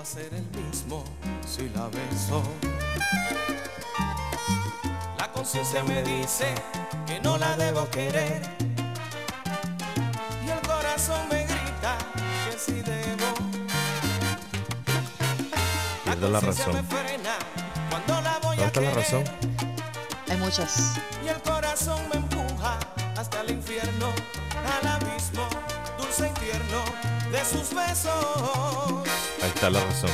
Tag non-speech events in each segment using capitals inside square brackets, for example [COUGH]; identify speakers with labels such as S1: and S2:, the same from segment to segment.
S1: a ser el mismo si la beso. La conciencia me dice que no la debo querer. Y el corazón me grita que sí debo.
S2: Pierdo la
S1: conciencia
S2: razón.
S1: me frena cuando la voy
S2: ¿Dónde
S1: a
S2: está la
S1: querer.
S2: razón?
S3: Hay muchas.
S1: Y el corazón me empuja hasta el infierno, al abismo, dulce infierno de sus besos.
S2: Ahí está la razón.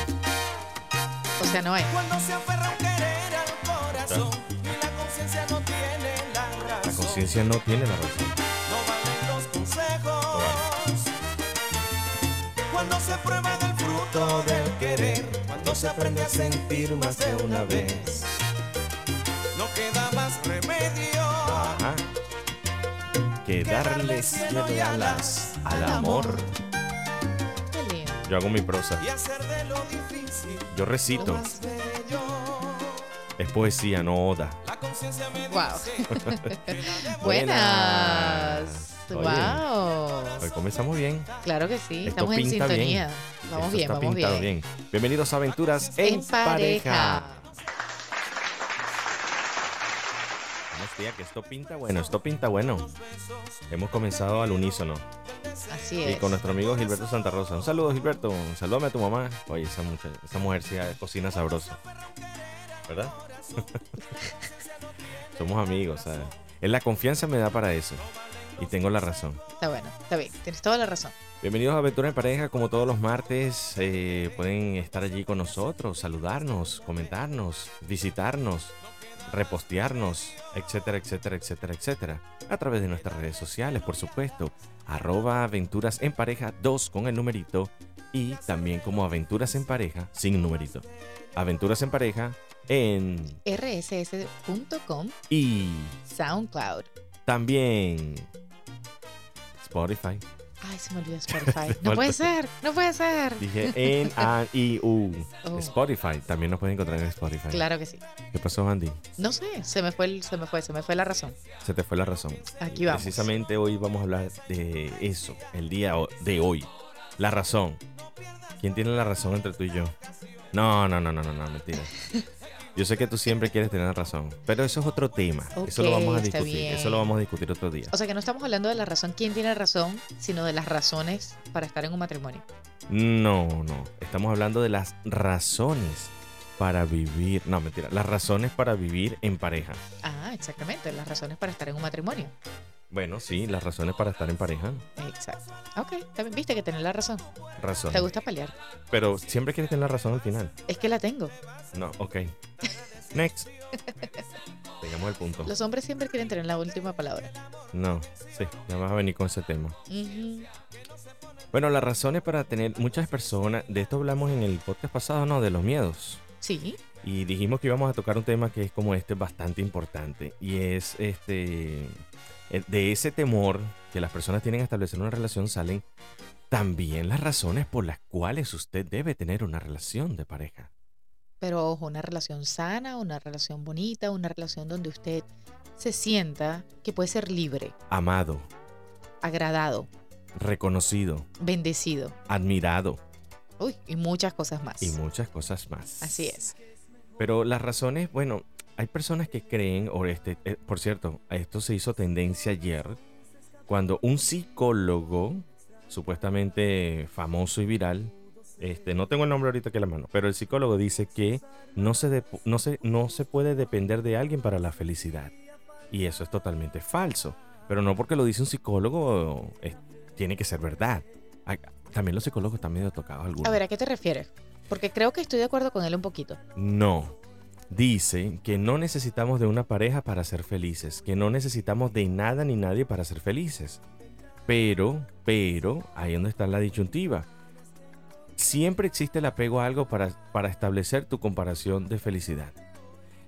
S3: O sea, no hay.
S1: Cuando se aferra un querer al corazón y la conciencia no tiene la razón.
S2: La conciencia no tiene la razón.
S1: No valen los consejos. Cuando se prueba del fruto del querer, cuando se aprende a sentir más de una vez, no queda más remedio.
S2: Ajá. Ah. Que darle cielo y alas al amor.
S3: Qué lindo.
S2: Yo hago mi prosa.
S1: Y hacer de lo difícil lo
S2: Yo recito.
S1: más bello.
S2: Es poesía, no oda.
S1: La conciencia me
S3: Wow.
S1: dice que la debo
S3: Buenas.
S2: Oye.
S3: Wow.
S2: Hoy comenzamos bien.
S3: Claro que sí.
S2: Esto
S3: Estamos en
S2: pinta
S3: sintonía.
S2: bien.
S3: Vamos
S2: Esto
S3: bien,
S2: está
S3: vamos
S2: pintado
S3: bien.
S2: bien. Bienvenidos a Aventuras en,
S3: En pareja.
S2: Hostia, que esto pinta bueno, esto pinta bueno. Hemos comenzado al unísono.
S3: Así
S2: Y
S3: es.
S2: con nuestro amigo Gilberto Santa Rosa. Un saludo, Gilberto. Salúdame a tu mamá. Oye, esa, mucha- esa mujer sí eh, cocina sabroso. ¿Verdad? [LAUGHS] Somos amigos, ¿sabes? Es la confianza me da para eso. Y tengo la razón.
S3: Está bueno. Está bien. Tienes toda la razón.
S2: Bienvenidos a Aventura en Pareja, como todos los martes, eh, pueden estar allí con nosotros, saludarnos, comentarnos, visitarnos, repostearnos, etcétera, etcétera, etcétera, etcétera. A través de nuestras redes sociales, por supuesto, arroba aventuras en pareja 2 con el numerito y también como aventuras en pareja sin numerito. Aventuras en pareja en...
S3: rss.com
S2: y
S3: SoundCloud.
S2: también Spotify.
S3: Ay, se me olvidó
S2: [LAUGHS]
S3: Spotify.
S2: falta.
S3: No puede ser. No puede ser.
S2: Dije
S3: [LAUGHS]
S2: en A I U.
S3: Oh.
S2: Spotify, también nos pueden encontrar en Spotify.
S3: Claro que sí.
S2: ¿Qué pasó, Andy?
S3: No sé, se me fue, el- se me fue, se me fue la razón.
S2: Se te fue la razón.
S3: Aquí vamos.
S2: Precisamente hoy vamos a hablar de eso, el día o- de hoy. La razón. ¿Quién tiene la razón entre tú y yo? No, no, no, no, no, no,
S3: [LAUGHS]
S2: mentira. Yo sé que tú siempre quieres tener razón, pero eso es otro tema. eso lo
S3: Ok,
S2: vamos a
S3: está
S2: discutir.
S3: bien.
S2: Eso lo vamos a discutir otro día.
S3: O sea que no estamos hablando de la razón quién tiene razón, sino de las razones para estar en un matrimonio.
S2: No, no. Estamos hablando de las razones para vivir. No, mentira. Las razones para vivir en pareja.
S3: Ah, exactamente, las razones para estar en un matrimonio.
S2: Bueno, sí, las razones para estar en pareja.
S3: Exacto. Ok, también viste que tenés la razón.
S2: Razón.
S3: Te gusta pelear.
S2: Pero siempre quieres tener la razón al final.
S3: Es que la tengo.
S2: No, ok.
S3: [LAUGHS]
S2: Next. Tengamos el punto.
S3: Los hombres siempre quieren tener la última palabra.
S2: No, sí, ya vas a venir con ese tema.
S3: Ujú.
S2: Bueno, las razones para tener muchas personas, de esto hablamos en el podcast pasado, ¿no? De los miedos.
S3: Sí,
S2: Y dijimos que íbamos a tocar un tema que es como este bastante importante. Y es este. eh, De ese temor que las personas tienen a establecer una relación salen también las razones por las cuales usted debe tener una relación de pareja.
S3: pero ojo, una relación sana, una relación bonita, una relación donde usted se sienta que puede ser libre,
S2: amado,
S3: agradado,
S2: reconocido,
S3: bendecido,
S2: admirado
S3: uy, y muchas cosas más.
S2: y muchas cosas más.
S3: Así es.
S2: Pero las razones, bueno, hay personas que creen, o este, eh, por cierto, esto se hizo tendencia ayer, cuando un psicólogo, supuestamente famoso y viral, este, no tengo el nombre ahorita que la mano, pero el psicólogo dice que no se, dep- no, se, no se puede depender de alguien para la felicidad. Y eso es totalmente falso. Pero no porque lo dice un psicólogo, es- tiene que ser verdad. Ah, También los psicólogos están medio tocados algunos.
S3: A ver, ¿a qué te refieres? Porque creo que estoy de acuerdo con él un poquito.
S2: No. Dice que no necesitamos de una pareja para ser felices, que no necesitamos de nada ni nadie para ser felices. Pero, pero, ahí es donde está la disyuntiva. Siempre existe el apego a algo para, para establecer tu comparación de felicidad.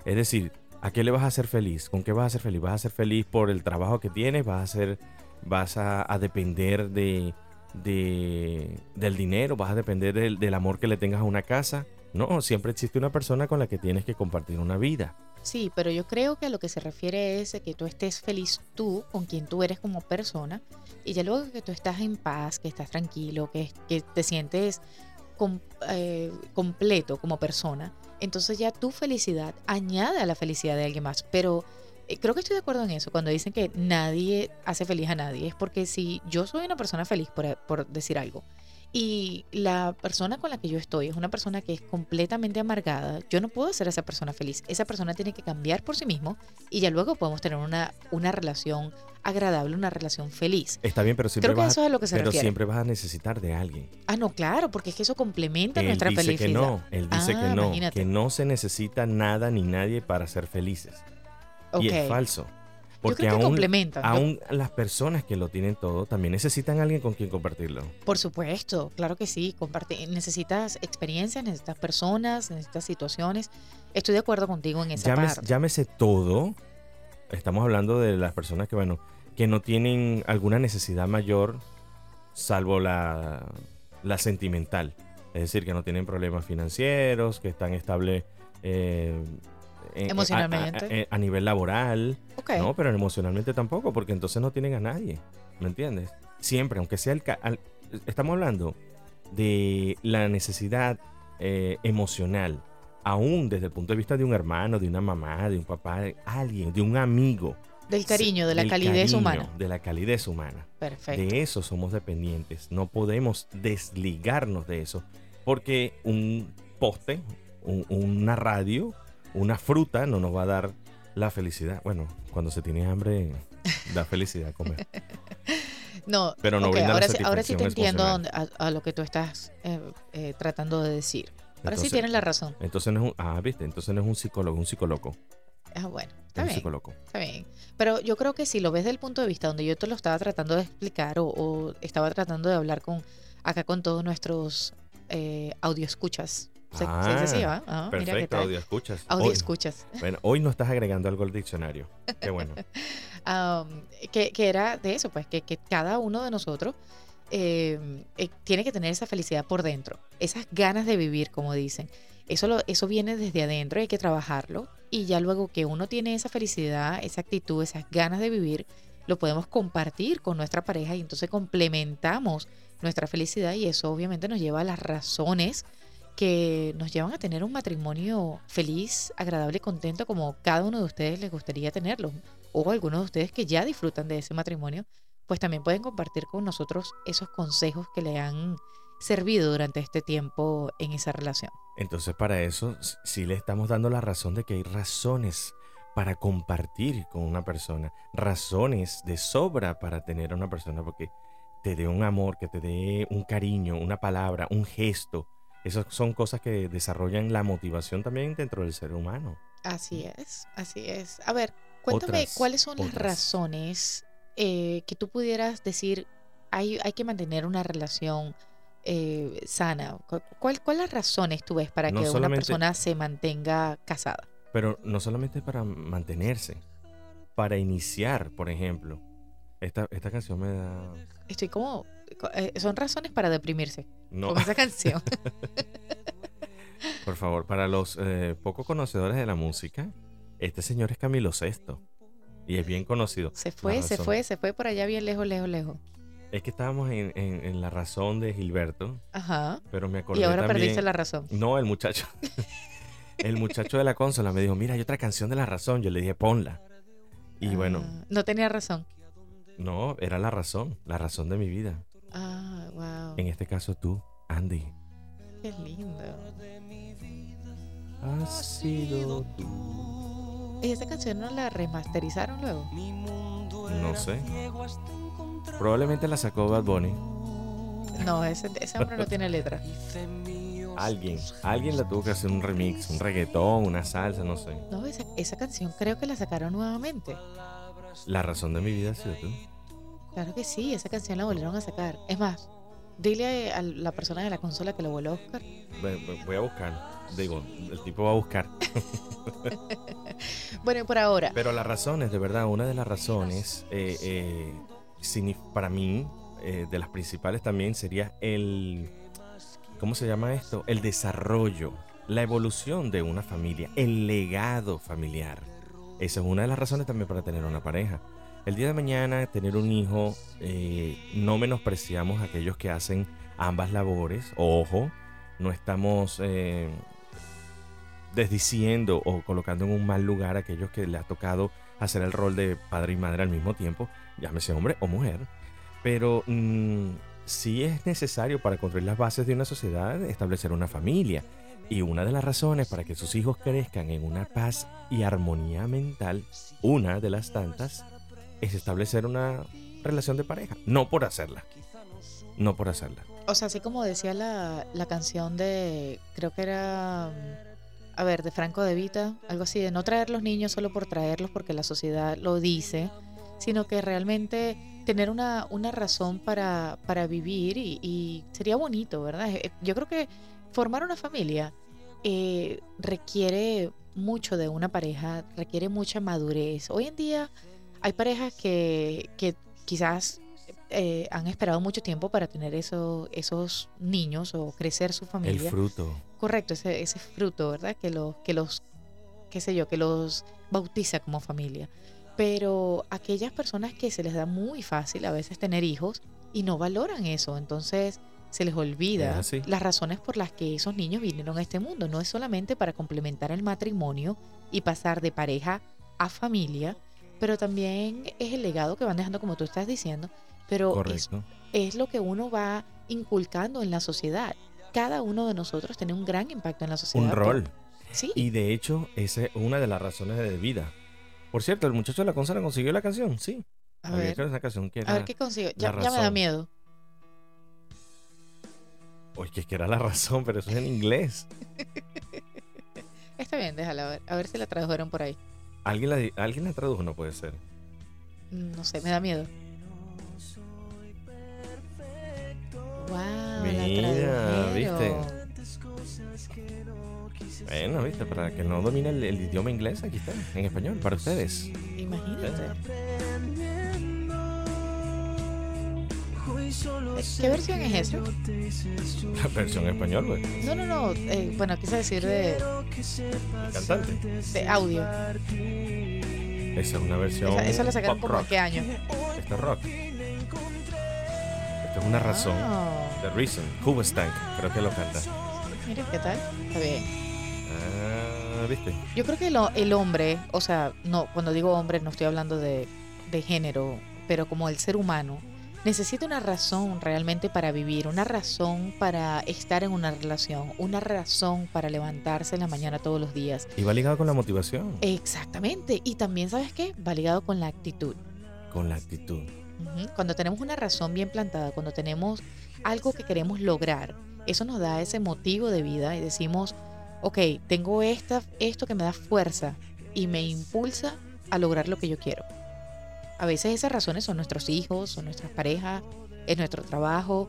S2: Es decir, ¿a qué le vas a ser feliz? ¿Con qué vas a ser feliz? ¿Vas a ser feliz por el trabajo que tienes? ¿Vas a ser, vas a, a depender de, de- del dinero? ¿Vas a depender del, del amor que le tengas a una casa? No, siempre existe una persona con la que tienes que compartir una vida.
S3: Sí, pero yo creo que a lo que se refiere es a que tú estés feliz tú con quien tú eres como persona y ya luego que tú estás en paz, que estás tranquilo, que, que te sientes com- eh, completo como persona, entonces ya tu felicidad añade a la felicidad de alguien más. Pero eh, creo que estoy de acuerdo en eso, cuando dicen que nadie hace feliz a nadie, es porque si yo soy una persona feliz, por, por decir algo, y la persona con la que yo estoy es una persona que es completamente amargada, yo no puedo hacer a esa persona feliz. Esa persona tiene que cambiar por sí mismo y ya luego podemos tener una, una relación agradable, una relación feliz.
S2: Está bien, pero siempre,
S3: Creo que
S2: vas,
S3: eso
S2: a,
S3: es a lo que se
S2: pero
S3: refiere.
S2: siempre vas a necesitar de alguien.
S3: Ah, no, claro, porque es que eso complementa
S2: Él
S3: nuestra
S2: dice
S3: felicidad.
S2: que no, él dice
S3: Ah,
S2: que no,
S3: imagínate.
S2: que no se necesita nada ni nadie para ser felices. Y
S3: Ok.
S2: es falso. Porque
S3: yo creo que
S2: aún,
S3: complementan. Yo-
S2: aún las personas que lo tienen todo también necesitan a alguien con quien compartirlo.
S3: por supuesto, claro que sí. comparte- necesitas experiencias, necesitas personas, necesitas situaciones. Estoy de acuerdo contigo en esa
S2: Llámese,
S3: parte.
S2: llámese todo. Estamos hablando de las personas que, bueno, que no tienen alguna necesidad mayor salvo la, la sentimental. Es decir, que no tienen problemas financieros, que están estables eh, en- a- eh,
S3: Emocionalmente.
S2: A, a- a nivel laboral.
S3: Ok.
S2: No, pero emocionalmente tampoco, porque entonces no tienen a nadie. ¿Me entiendes? Siempre, aunque sea el... ca- al- estamos hablando de la necesidad eh, emocional, aún desde el punto de vista de un hermano, de una mamá, de un papá, de alguien, de un amigo.
S3: del cariño, de la
S2: Del
S3: calidez
S2: cariño,
S3: humana.
S2: De la calidez humana.
S3: Perfecto.
S2: De eso somos dependientes. No podemos desligarnos de eso. Porque un poste, un- una radio, una fruta no nos va a dar la felicidad. Bueno, cuando se tiene hambre, da felicidad comer.
S3: No,
S2: Pero no
S3: ok,
S2: brinda la
S3: ahora, sí- ahora sí
S2: satisfacción
S3: te entiendo
S2: emocional.
S3: dónde- a, a lo que tú estás eh, eh, tratando de decir. [LAUGHS] Ahora sí
S2: Entonces-
S3: tienes la razón.
S2: Entonces no es un. Ah, viste, entonces no es un psicólogo, un psicólogo.
S3: Ah, bueno,
S2: Es
S3: está
S2: un
S3: bien.
S2: psicólogo.
S3: Está bien. Pero yo creo que si lo ves desde el punto de vista donde yo te lo estaba tratando de explicar o, o estaba tratando de hablar con acá con todos nuestros eh, escuchas. Se, se dice así,
S2: Ah,
S3: ¿va? Ah, mira qué
S2: Perfecto,
S3: tal.
S2: audio escuchas.
S3: Audioescuchas.
S2: Hoy, bueno, hoy no estás agregando algo al diccionario. Qué
S3: [LAUGHS]
S2: bueno.
S3: Am, que, que era de eso, pues, que, que cada uno de nosotros eh, eh, tiene que tener esa felicidad por dentro, esas ganas de vivir, como dicen. Eso, lo, eso viene desde adentro y hay que trabajarlo. Y ya luego que uno tiene esa felicidad, esa actitud, esas ganas de vivir, lo podemos compartir con nuestra pareja y entonces complementamos nuestra felicidad y eso obviamente nos lleva a las razones que nos llevan a tener un matrimonio feliz, agradable y contento como cada uno de ustedes les gustaría tenerlo o algunos de ustedes que ya disfrutan de ese matrimonio, pues también pueden compartir con nosotros esos consejos que le han servido durante este tiempo en esa relación.
S2: Entonces para eso s- sí le estamos dando la razón de que hay razones para compartir con una persona, razones de sobra para tener a una persona porque te dé un amor, que te dé un cariño, una palabra, un gesto. Esas son cosas que desarrollan la motivación también dentro del ser humano.
S3: Así es, así es. A ver, cuéntame
S2: Otras,
S3: cuáles son las
S2: otras.
S3: razones eh, que tú pudieras decir hay, hay que mantener una relación eh, sana. ¿Cu- ¿Cuál, ¿Cuáles razones tú ves para
S2: No
S3: que una
S2: solamente-
S3: persona se mantenga casada?
S2: Pero no solamente para mantenerse, para iniciar, por ejemplo. Esta, esta canción me da...
S3: Estoy como... co- eh, son razones para deprimirse
S2: [LAUGHS] No,
S3: con esa canción.
S2: por favor, para los eh, poco conocedores de la música, este señor es Camilo VI y es bien conocido.
S3: Se fue,
S2: La
S3: se
S2: razón.
S3: fue, se fue por allá bien lejos, lejos, lejos.
S2: Es que estábamos en, en- en la razón de Gilberto,
S3: Ajá.
S2: pero me acordé
S3: Y ahora
S2: también...
S3: perdiste la razón.
S2: No, el muchacho. [LAUGHS] el muchacho de la consola me dijo, mira, hay otra canción de la razón. Yo le dije, ponla. Y bueno,
S3: Ah, no tenía razón.
S2: no, era la razón, la razón de mi vida.
S3: Ah, wow.
S2: En este caso tú, Andy.
S3: Qué lindo.
S2: Has sido tú.
S3: ¿Y esa canción no la remasterizaron luego?
S2: No sé. Probablemente la sacó Bad Bunny.
S3: No, ese, ese hombre no tiene letra.
S2: Alguien, alguien la tuvo que hacer un remix, un reggaetón, una salsa, no sé.
S3: No, esa, esa canción creo que la sacaron nuevamente.
S2: La razón de mi vida ha sido tú.
S3: Claro que sí, esa canción la volvieron a sacar. Es más, dile a la persona de la consola que lo vuelva a buscar.
S2: Ve- ve- Voy a buscar. Digo, el tipo va a buscar.
S3: Bueno, y por ahora.
S2: Pero las razones, de verdad, una de las razones eh, eh, signif- para mí, eh, de las principales también, sería el, ¿cómo se llama esto? El desarrollo, la evolución de una familia, el legado familiar. Esa es una de las razones también para tener una pareja. El día de mañana, tener un hijo, eh, no menospreciamos a aquellos que hacen ambas labores, ojo, no estamos eh, desdiciendo o colocando en un mal lugar a aquellos que le ha tocado hacer el rol de padre y madre al mismo tiempo, llámese hombre o mujer. Pero mmm, sí es necesario para construir las bases de una sociedad establecer una familia. Y una de las razones para que sus hijos crezcan en una paz y armonía mental, una de las tantas, es establecer una relación de pareja. No por hacerla. No por hacerla.
S3: O sea, así como decía la, la canción de, creo que era, a ver, de Franco de Vita, algo así, de no traer los niños solo por traerlos porque la sociedad lo dice, sino que realmente tener una, una razón para, para vivir y, y sería bonito, ¿verdad? Eh, Yo creo que formar una familia eh, requiere mucho de una pareja, requiere mucha madurez. Hoy en día hay parejas que, que quizás eh, han esperado mucho tiempo para tener eso, esos niños o crecer su familia.
S2: El fruto.
S3: Correcto, ese, ese fruto, ¿verdad? Que los, que los, qué sé yo, que los bautiza como familia. Pero aquellas personas que se les da muy fácil a veces tener hijos y no valoran eso, entonces se les olvida las razones por las que esos niños vinieron a este mundo. No es solamente para complementar el matrimonio y pasar de pareja a familia, pero también es el legado que van dejando, como tú estás diciendo, pero es, es, lo que uno va inculcando en la sociedad. Cada uno de nosotros tiene un gran impacto en la sociedad.
S2: Un rol. Sí. Y de hecho, esa es una de las razones de vida. Por cierto, el muchacho de la consola consiguió la canción, sí.
S3: A, Había ver,
S2: una canción que
S3: a ver qué consiguió. Ya, ya me da miedo.
S2: Oye, que era la razón, pero eso es en inglés.
S3: Está bien, déjala ver. A ver si la tradujeron por ahí.
S2: ¿Alguien la, ¿Alguien la tradujo? No puede ser.
S3: Mm, No sé, me da miedo. Wow,
S2: Mira,
S3: la
S2: ¿viste? Bueno, ¿viste? Para que no domine el, el, idioma inglés, aquí está, en español, para ustedes. [LAUGHS]
S3: Imagínate. ¿Qué versión es esa?
S2: La versión en español, güey.
S3: No, no, no. Eh, bueno, quise decir de.
S2: El cantante.
S3: De audio.
S2: Esa es una versión.
S3: Esa, esa la sacaron por qué año.
S2: Esto es rock. Esto es una razón.
S3: Oh.
S2: The Reason. Cuba Stank. Creo que lo canta.
S3: Mira, ¿qué tal? Está bien.
S2: Ah, ¿viste?
S3: Yo creo que lo, el hombre, o sea, no, cuando digo hombre no estoy hablando de, de género, pero como el ser humano, necesita una razón realmente para vivir, una razón para estar en una relación, una razón para levantarse en la mañana todos los días.
S2: Y va ligado con la motivación.
S3: Eh. Exactamente. Y también, ¿sabes qué? Va ligado con la actitud.
S2: Con la actitud.
S3: Uh -huh. Cuando tenemos una razón bien plantada, cuando tenemos algo que queremos lograr, eso nos da ese motivo de vida y decimos, ok, tengo esta, esto que me da fuerza y me impulsa a lograr lo que yo quiero. A veces esas razones son nuestros hijos, son nuestras parejas, es nuestro trabajo,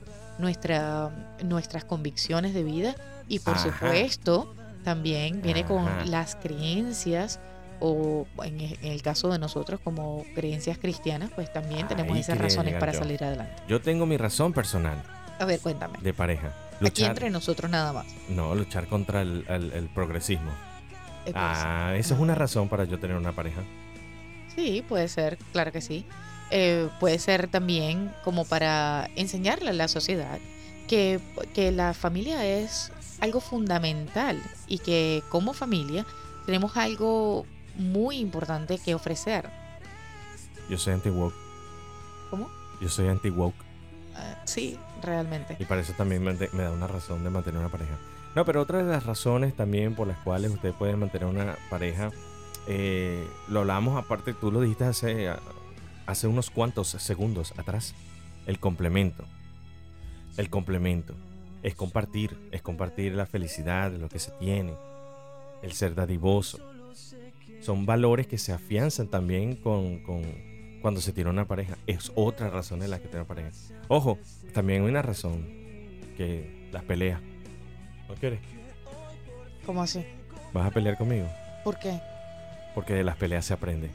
S3: nuestra, nuestras convicciones de vida y por Ajá. supuesto también viene Ajá. con las creencias o en, el caso de nosotros como creencias cristianas, pues también tenemos
S2: Ahí
S3: esas
S2: quería
S3: razones
S2: llegar
S3: para
S2: yo.
S3: salir adelante.
S2: Yo tengo mi razón personal
S3: A ver, cuéntame.
S2: de pareja.
S3: Aquí entre nosotros nada más.
S2: No, luchar contra el, el- el progresismo.
S3: Eh, pues,
S2: Ah, esa es una razón para yo tener una pareja.
S3: Sí, puede ser, claro que sí. Eh, puede ser también como para enseñarle a la sociedad que, que la familia es algo fundamental y que como familia tenemos algo muy importante que ofrecer.
S2: Yo soy anti-woke.
S3: ¿Cómo?
S2: Yo soy anti-woke.
S3: Ah, sí, realmente.
S2: Y para eso también me, me da una razón de mantener una pareja. No, pero otra de las razones también por las cuales ustedes pueden mantener una pareja, eh, lo hablábamos aparte, tú lo dijiste hace, hace unos cuantos segundos atrás, el complemento. El complemento. Es compartir, es compartir la felicidad, lo que se tiene, el ser dadivoso. Son valores que se afianzan también con, con cuando se tiene una pareja. Es otra razón de la que tiene pareja. Ojo, también hay una razón que las peleas. ¿No quieres?
S3: ¿Cómo así?
S2: ¿Vas a pelear conmigo?
S3: ¿Por qué?
S2: Porque de las peleas se aprende.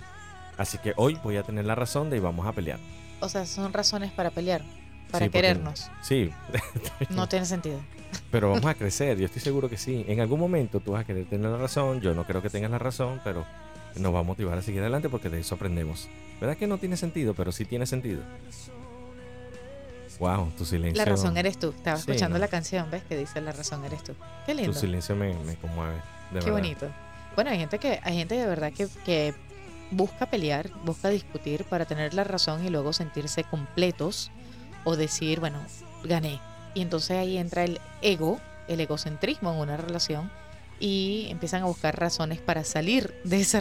S2: Así que hoy voy a tener la razón de vamos a pelear.
S3: O sea, son razones para pelear, para
S2: Sí, porque-
S3: querernos.
S2: Sí,
S3: No tiene sentido.
S2: pero
S3: [LAUGHS]
S2: vamos a crecer, yo estoy seguro que sí. En algún momento tú vas a querer tener la razón, yo no creo que tengas la razón, pero nos va a motivar a seguir adelante porque de eso aprendemos. ¿Verdad que no tiene sentido, pero sí tiene sentido? Wow, tu silencio.
S3: La razón eres tú. Estaba
S2: Sí,
S3: escuchando
S2: ¿no?
S3: la canción, ¿ves? Que dice La razón eres tú. Qué
S2: Tu
S3: lindo.
S2: silencio me, me conmueve. de
S3: Qué
S2: verdad.
S3: bonito. Bueno, hay gente que, hay gente de verdad que, que busca pelear, busca discutir para tener la razón y luego sentirse completos o decir, bueno, gané. Y entonces ahí entra el ego, el egocentrismo en una relación y empiezan a buscar razones para salir de esa [LAUGHS]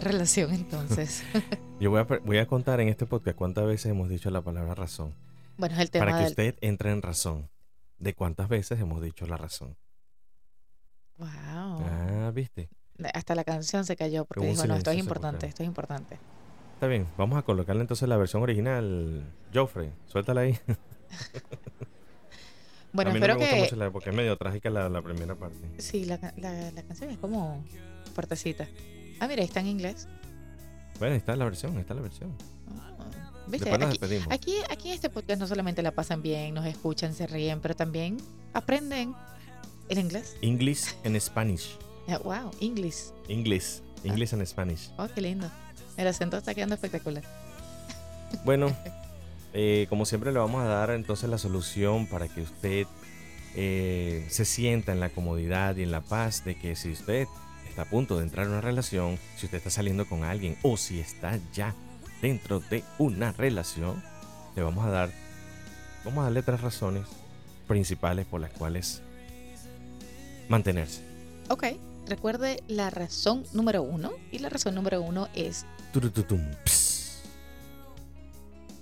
S2: [LAUGHS]
S3: relación entonces.
S2: Yo voy a, pre- voy a contar en este podcast cuántas veces hemos dicho la palabra razón.
S3: bueno, es el tema
S2: Para que
S3: del...
S2: usted entre en razón. De cuántas veces hemos dicho la razón.
S3: Wow.
S2: Ah, viste.
S3: Hasta la canción se cayó porque
S2: Hubo un
S3: dijo, no,
S2: silencio
S3: esto es
S2: sepulcral.
S3: importante, esto es importante.
S2: Está bien. Vamos a colocarle entonces la versión original. Joffrey, suéltala ahí.
S3: Bueno,
S2: a mí no
S3: espero
S2: me gusta
S3: que...
S2: mucho la porque es medio trágica la, la primera parte.
S3: Sí, la, ca- la- la canción es como fuertecita. Ah, mira, está en inglés.
S2: Bueno, está la versión, está la versión.
S3: Ah, ¿Viste?
S2: Después nos
S3: Aquí,
S2: despedimos.
S3: aquí, aquí en este podcast no solamente la pasan bien, nos escuchan, se ríen, pero también aprenden el inglés.
S2: English en Spanish.
S3: Ah, Wow, inglés.
S2: English.
S3: Ah.
S2: English en Spanish.
S3: Oh, qué lindo. El acento está quedando espectacular. [LAUGHS]
S2: Bueno, eh, como siempre le vamos a dar entonces la solución para que usted eh, se sienta en la comodidad y en la paz de que si usted está a punto de entrar en una relación, si usted está saliendo con alguien o si está ya dentro de una relación, le vamos a dar, vamos a darle tres razones principales por las cuales mantenerse.
S3: Ok, recuerde la razón número uno. Y la razón número uno es
S2: Turututum, ps.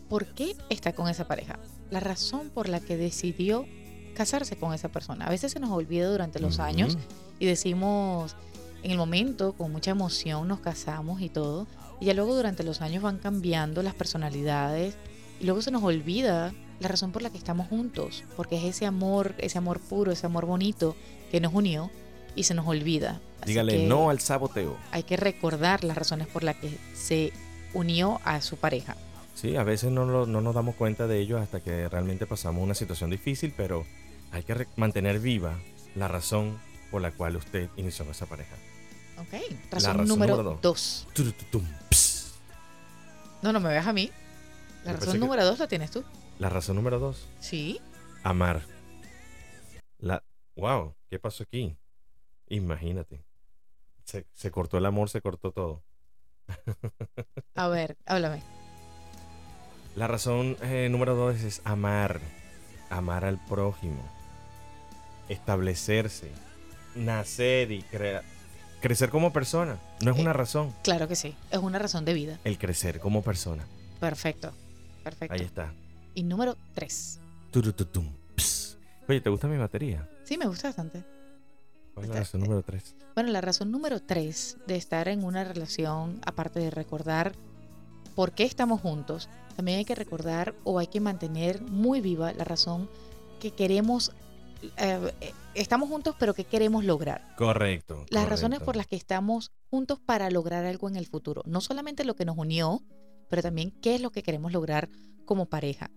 S3: por qué está con esa pareja, la razón por la que decidió casarse con esa persona. A veces se nos olvida durante los
S2: Ujú.
S3: años y decimos, en el momento, con mucha emoción, nos casamos y todo, y ya luego durante los años van cambiando las personalidades y luego se nos olvida la razón por la que estamos juntos, porque es ese amor, ese amor puro, ese amor bonito que nos unió y se nos olvida. Así
S2: Dígale
S3: que
S2: no al saboteo.
S3: Hay que recordar las razones por las que se unió a su pareja.
S2: Sí, a veces no, lo- no nos damos cuenta de ello hasta que realmente pasamos una situación difícil, pero hay que re- mantener viva la razón por la cual usted inició con esa pareja.
S3: Ok, razón,
S2: razón
S3: número
S2: número dos.
S3: dos.
S2: Turututum, ps.
S3: No, no me veas a mí. La
S2: Yo pensé
S3: razón
S2: que-
S3: número dos la tienes tú.
S2: La razón número dos,
S3: Sí.
S2: amar. La... ¡Wow! ¿Qué pasó aquí? Imagínate. Se, se cortó el amor, se cortó todo.
S3: A ver, háblame.
S2: La razón eh, número dos es amar. Amar al prójimo. Establecerse. Nacer y crear. Crecer como persona. No es
S3: Eh.
S2: una razón.
S3: Claro que sí. Es una razón de vida.
S2: El crecer como persona.
S3: Perfecto. Perfecto.
S2: Ahí está.
S3: Y número tres.
S2: Turututum. Ps. Oye, ¿te gusta mi batería?
S3: Sí, me gusta bastante.
S2: ¿Cuál es la
S3: Está-
S2: razón número tres?
S3: Bueno, la razón número tres de estar en una relación, aparte de recordar por qué estamos juntos, también hay que recordar o hay que mantener muy viva la razón que queremos, eh, eh, estamos juntos pero que queremos lograr.
S2: Correcto.
S3: las
S2: correcto.
S3: razones por las que estamos juntos para lograr algo en el futuro. No solamente lo que nos unió, pero también qué es lo que queremos lograr como pareja.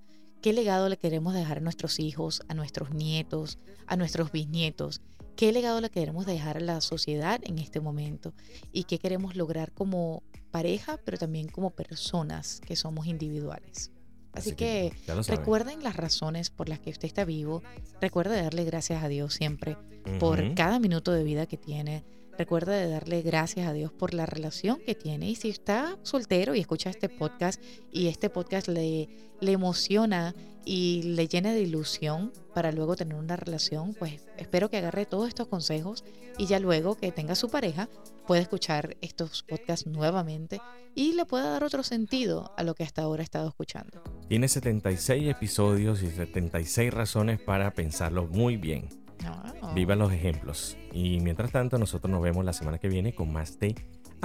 S3: ¿Qué legado le queremos dejar a nuestros hijos, a nuestros nietos, a nuestros bisnietos? ¿Qué legado le queremos dejar a la sociedad en este momento? ¿Y qué queremos lograr como pareja, pero también como personas que somos individuales? Así, que
S2: ya lo saben.
S3: recuerden las razones por las que usted está vivo. Recuerde darle gracias a Dios siempre por
S2: Ujú.
S3: cada minuto de vida que tiene. Recuerda de darle gracias a Dios por la relación que tiene. Y si está soltero y escucha este podcast y este podcast le, le emociona y le llena de ilusión para luego tener una relación, pues espero que agarre todos estos consejos y ya luego que tenga su pareja pueda escuchar estos podcasts nuevamente y le pueda dar otro sentido a lo que hasta ahora ha estado escuchando.
S2: Tiene 76 episodios y 76 razones para pensarlo muy bien.
S3: Ah.
S2: Viva los ejemplos. Y mientras tanto, nosotros nos vemos la semana que viene con más de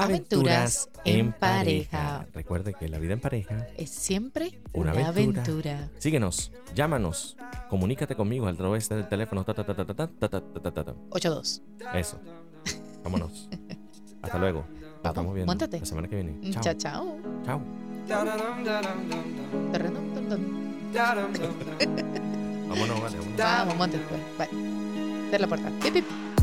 S3: Aventuras en Pareja.
S2: Recuerde que la vida en pareja.
S3: Es siempre
S2: Una
S3: una,
S2: aventura.
S3: aventura.
S2: Síguenos, llámanos, comunícate conmigo al través del teléfono. ta, ta, ta, ta, ta, ta, ta, ta, ta, ta.
S3: 8-2.
S2: Eso.
S3: [LAUGHS]
S2: Vámonos. Hasta luego. Nos estamos viendo
S3: móntate. Mm,
S2: la semana que viene.
S3: Chao,
S2: Chao.
S3: chao.
S2: Chao.
S1: Da-dum-dum-dum-dum.
S3: Terreno, dun, dun.
S1: Da-dum-dum-dum.
S2: Vámonos, vale, vámonos.
S3: Ah, Vamos, monte. Bye. Cierra pues. la puerta. Pip, pip.